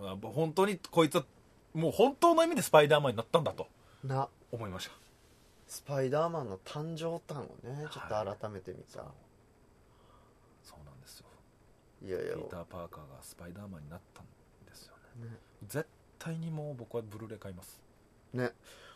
B: あ本当にこいつはもう本当の意味でスパイダーマンになったんだと
A: な
B: 思いました
A: スパイダーマンの誕生譚をねちょっと改めて見た、
B: そうなんですよ
A: い、やいや
B: ピーター・パーカーがスパイダーマンになったんですよね
A: ね
B: 絶対にもう僕はブルーレイ買います
A: ね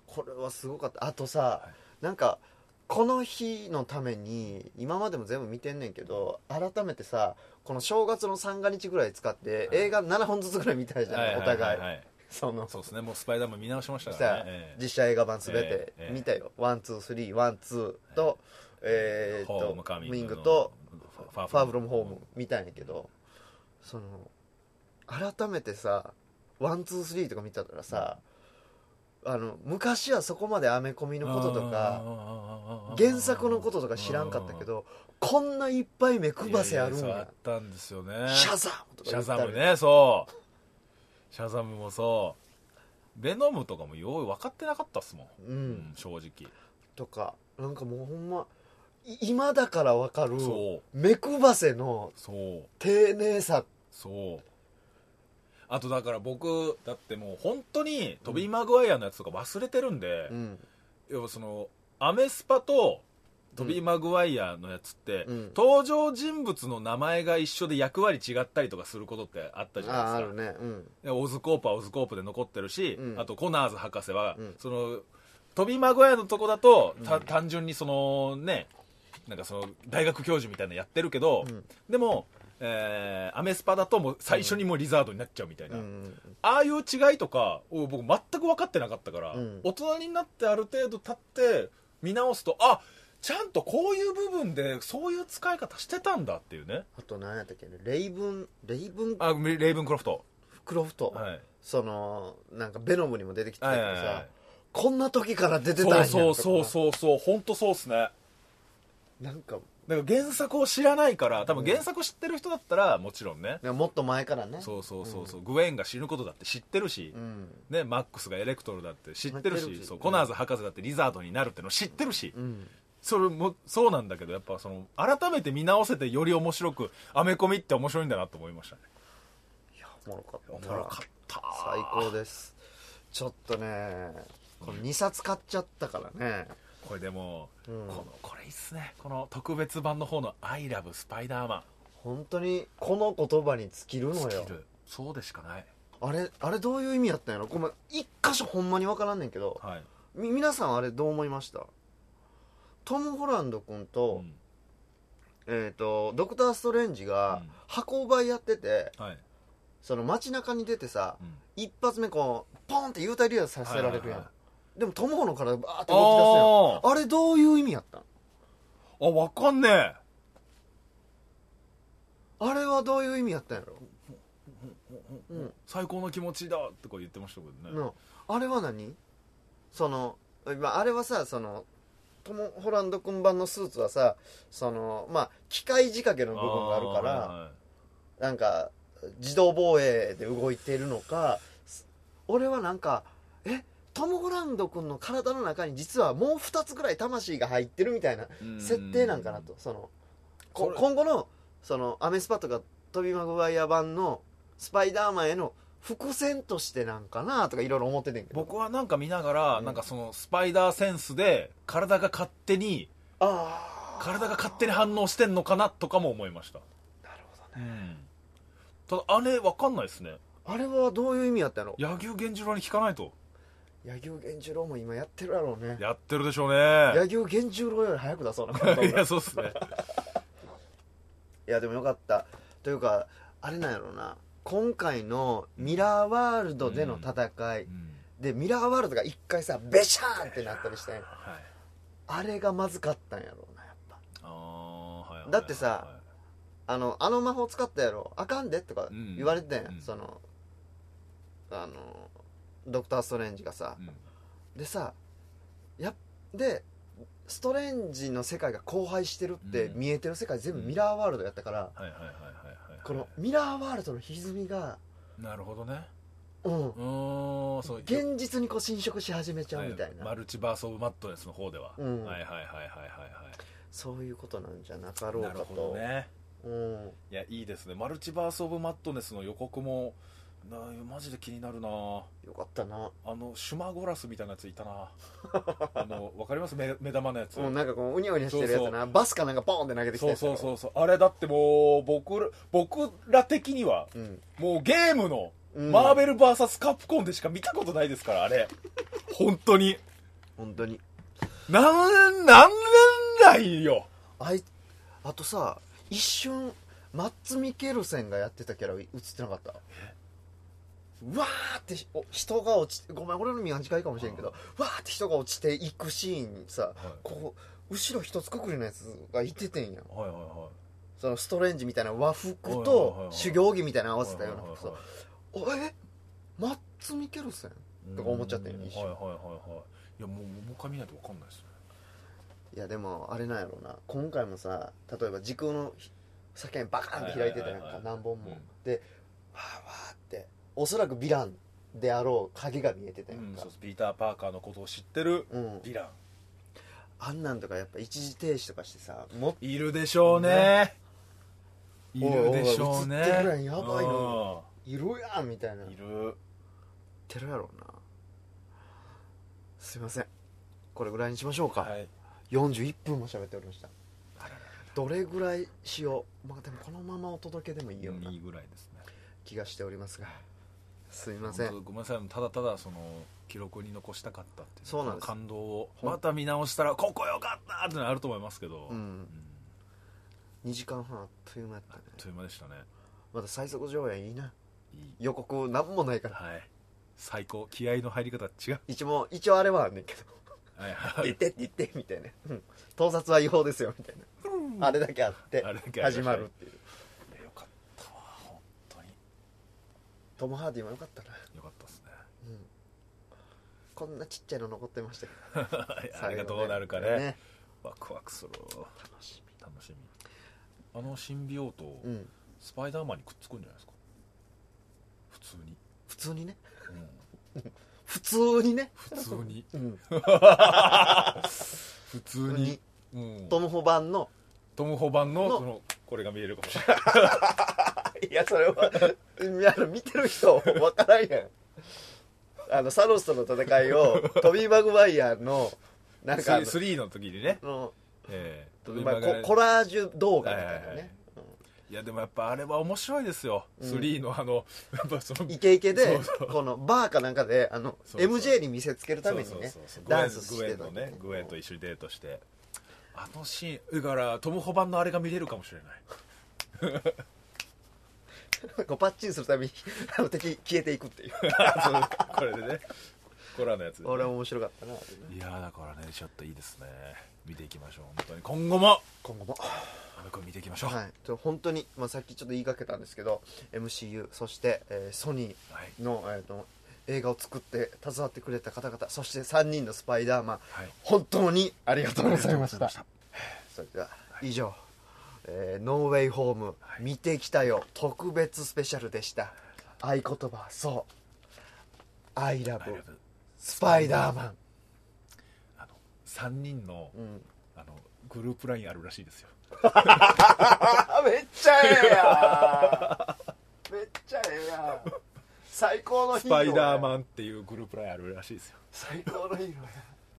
A: これはすごかったあとさ、
B: い
A: なんかこの日のために今までも全部見てんねんけど改めてさこの正月の三が日ぐらい使って、
B: はい
A: 映画7本ずつぐらい見たいじゃん、お互い,、
B: ははい
A: その
B: そうですねもうスパイダーマン見直しました
A: し
B: か
A: た
B: ら
A: ら
B: ね、ええ
A: 実写映画版すべ
B: え
A: て
B: えええ
A: 見たよ、ワンツースリーワンツーと、えーっ
B: ホー
A: と
B: ムカミ
A: ウィン
B: ング
A: グ
B: の
A: と
B: フ
A: ファ
B: ァ
A: ーフロムホーム見たんやけどその改めてさワンツースリーとか見たからさあの昔はそこまでアメコミのこととか
B: か
A: 原作のこととか知らんかったけどこんないっぱい目配せあるん
B: いいいそうあ
A: や
B: ったんですよね
A: シャザムとか
B: シ
A: 言
B: ャ
A: った
B: ザ
A: り
B: ムねそうシャザムもそうベノムとかもよう分かってなかったっすもん、
A: うん
B: 正直
A: とかなんかもうほんまい今だからわかる
B: そう
A: 目くばせの
B: そう
A: 丁寧さ
B: そうあとだから僕だってもう本当にトビー・マグワイアのやつとか忘れてるんで、
A: うん
B: 要はそのアメスパとトビー・マグワイアのやつって、
A: うん
B: 登場人物の名前が一緒で役割違ったりとかすることってあったじゃないです
A: あ
B: か
A: あるねうん
B: でオズコープはオズコープで残ってるし、
A: うん
B: あとコナーズ博士は、
A: うん
B: そのトビー・マグワイアのとこだと、た単純にそのねなんかその大学教授みたいなのやってるけど、
A: うん
B: でも、えーアメスパだともう最初にもうリザードになっちゃうみたいな、
A: うん
B: ああいう違いとかを僕全く分かってなかったから、
A: うん
B: 大人になってある程度経って見直すとあちゃんとこういう部分でそういう使い方してたんだっていうね
A: あと何やったっけねレイブンレイブン
B: あレイブンクロフト
A: クロフト、
B: はい
A: そのなんかベノムにも出てきてた
B: は
A: け
B: い
A: どさ、
B: はいはい
A: こんな時から出てたんや
B: そうそうそう
A: う
B: そうそう本当そうっすね
A: なんか
B: だから原作を知らないから多分原作知ってる人だったらもちろんね、
A: ねもっと前からね
B: そうそうそうそう、グウェンが死ぬことだって知ってるし、
A: うん
B: ね、マックスがエレクトロだって知ってる
A: 知って
B: し
A: るし
B: そうコナーズ博士だってリザードになるっての知ってるし、
A: うん
B: それもそうなんだけどやっぱその改めて見直せてより面白くアメコミって面白いんだなと思いましたね
A: いやおもろかった
B: おもろかった
A: 最高ですちょっとねこの2冊買っちゃったからね
B: これでも、
A: うん
B: このこれいいっすねこの特別版の方の「I love スパイダーマン
A: 本当にこの言葉に尽きる」の
B: ス
A: よ
B: キルそうでしかない
A: あれあれどういう意味やったんやろごめん一箇所ほんまに分からんねんけど
B: はい、
A: み皆さんあれどう思いましたトム・ホランド君と、
B: うん
A: えっ、とドクター・ストレンジが
B: うん
A: 箱奪いやってて
B: はい
A: その街中に出てさ
B: うん
A: 一発目こうポンって幽体離脱させられるやん、
B: はいはいは
A: でもトム・ホランからバーって動き出
B: あー
A: すやんあれどういう意味やったん
B: あわかんねえ
A: あれはどういう意味やったんやろうん
B: 最高の気持ちだとか言ってましたけどね、
A: のあれは何そのまああれはさそのトム・ホランド君版のスーツはさそのまあ機械仕掛けの部分があるから、
B: はいはい
A: なんか自動防衛で動いているのかす俺はなんかえトム・ホランド君の体の中に実はもう2つぐらい魂が入ってるみたいな
B: うん
A: 設定なんかなとそのこ
B: これ
A: 今後のそのアメスパとかトビ・マグワイア版のスパイダーマンへの伏線としてなんかなとかいろいろ思っててんけど
B: 僕はなんか見ながら、
A: うん
B: なんかそのスパイダーセンスで体が勝手に
A: ああ
B: 体が勝手に反応してんのかなとかも思いました、
A: なるほど
B: う
A: ね
B: ん、ただあれわかんないですね
A: あれはどういう意味やったの
B: 野球源次郎に聞かないと
A: 柳生源十郎も今やってるやろうね
B: やってるでしょうね
A: 柳生源十郎より早く出そうなこ の動画
B: いやそうっすね
A: いやでもよかったというかあれなんやろうな今回のミラーワールドでの戦い、
B: うん
A: でミラーワールドが一回さベシャーンってなったりしてん
B: はい
A: あれがまずかったんやろうなやっぱ
B: あーはいはいはいはい
A: だってさあのあの魔法使ったやろあかんでとか
B: うん
A: 言われてたんや、
B: うん
A: そのあのドクター・ストレンジがさ
B: うん
A: でさやっでストレンジの世界が荒廃してるって
B: うん
A: 見えてる世界全部ミラーワールドやったから、
B: はいはいはいはいはい
A: このミラーワールドの歪みが
B: なるほどね
A: うん
B: うーんそう
A: 現実にこう侵食し始めちゃうみたいな、
B: マルチバース・オブ・マットネスの方では、
A: うん
B: はいはいはいはいはい
A: そういうことなんじゃなかろ
B: はいう
A: か
B: なるほ
A: と、
B: どね
A: うん、
B: いやいいですねマルチバース・オブ・マットネスの予告もなマジで気になるな
A: よかったな、
B: あのシュマゴラスみたいなやついた なあのわかります目目玉のやつ、
A: うん、なんかこううにゃうにゃしてるやつな
B: そう
A: バスかなんかポンって投げてきた
B: そう
A: やつ
B: そう
A: う
B: そうそうあれだってもう僕ら僕ら的には
A: そう、うん
B: もうゲームの
A: うん
B: マーベル VS カプコンでしか見たことないですからあれ本当に
A: 本当に
B: なんなんないよ
A: あいあとさ一瞬マッツ・ミケルセンがやってたキャラ映ってなかったうわーってお人が落ちてごめん俺の身が近いかもしれんけどわーって人が落ちていくシーンにさ、こう後ろ一つくくりのやつがいててんやん
B: はいはいはい
A: そのストレンジみたいな和服
B: はいはいはい
A: と
B: はい
A: 修行着みたいなの合
B: 合
A: わせたような服装おえマッツ・ミケルセンとか思っちゃったよね一
B: は
A: 瞬
B: いはいはいはいいやもうもう一回見ないと分かんないですね
A: いやでもあれなんやろうな今回もさ例えば時空のひ左間バカンって開いてたやん
B: はいはいはい
A: か
B: はい
A: 何本も、
B: うん
A: でわーわーっておそらくヴィランであろう影が見えてたや
B: うんん、
A: か
B: そうそうピーター・パーカーのことを知ってる
A: うん、
B: ヴィラン
A: あんなんとかやっぱ一時停止とかしてさもっ
B: いるでしょうねいるでしょう
A: おいおい映
B: ね
A: ってるやんやばいのいるやんみたいな
B: うんい
A: 言っ
B: る
A: てるやろうなすいませんこれぐらいにしましょうか、
B: はい
A: 41分も喋っておりましたどれぐらいしようまあでもこのままお届けでもいいようない
B: いぐらいですね
A: 気がしておりますがすいませ
B: 本当
A: ん
B: ごめんなさいただただその記録に残したかったってい
A: そうなんです
B: 感動を
A: ほん
B: また見直したらここよかったってのあると思いますけど、
A: う
B: うんん
A: 2時間半あっという間やった
B: あっ
A: ね
B: という間でしたね
A: まだ最速上映いいない
B: い
A: 予告なんもないから
B: はい最高気合の入り方違う、
A: 一応一応あれはあんねんけど
B: は
A: 「
B: いは
A: 言
B: い
A: っ、てって言って」みたいなうん「盗撮は違法ですよ」みたいなあれだけあって
B: あれだけありま
A: 始ま
B: した
A: るっていう
B: いやよかったわ本当に
A: トム・ハーディもよかったな
B: よかったですね
A: うんこんなちっちゃいの残ってましたけど
B: い やあれがどうなるかねワクワクする
A: 楽し
B: 楽しみあのシンビオート、
A: みうん
B: スパイダーマンにくっつくんじゃないですか普通に、
A: 普通にね
B: うん、
A: 普通にね
B: 普通 に
A: うん
B: 普通に、うん、
A: トム・ホバンの
B: トム・ホバンの
A: の
B: そのこれが見えるかもしれない
A: いやそれはうんあの見てる人分からんや んあのサロスとの戦いを トビー・マグワイヤーの なんかあの
B: スリーの時にね、
A: の、
B: ええ
A: まあ、ココラージュ動画みたいなね、
B: いやでもやっぱあれは面白いですよ、
A: うん
B: スリーのあの やっぱその
A: イケイケで
B: そうそう
A: このバーかなんかであの
B: そうそう
A: MJ に見せつけるためにね
B: そうそうそうグエン
A: ダンスしてた
B: グエンのねグエンと一緒にデートしてあのシーンだからトム・ホバンのあれが見れるかもしれない
A: こうパッチンするためにあの敵消えていくっていう
B: これでねコラのやつでね
A: 俺面白かったなあれね
B: いやーだからねちょっといいですね見ていきましょう本当に今後も
A: 今後も
B: 阿部君見ていきましょう、
A: はいと本当にまあさっきちょっと言いかけたんですけど MCU そして、えーソニ
B: はい
A: ーの、えーと映画を作って携わってくれた方々そして3人のスパイダーマン
B: はい
A: 本当にありがとうございまし
B: あ
A: た
B: りがとう
A: それでは以上、えーノーウェイホーム
B: はい
A: 見てきたよ」特別スペシャルでした合言葉はそう「アイラ
B: ございま
A: ブ
B: した
A: スパイダーマン
B: あの3人の」
A: うん
B: あのグループラインあるらしいですよ
A: あめっちゃええや んめっちゃええやん最高の
B: スパイダー
A: ン
B: マンっていうグループラインあるらしいですよ
A: 最高のヒーローや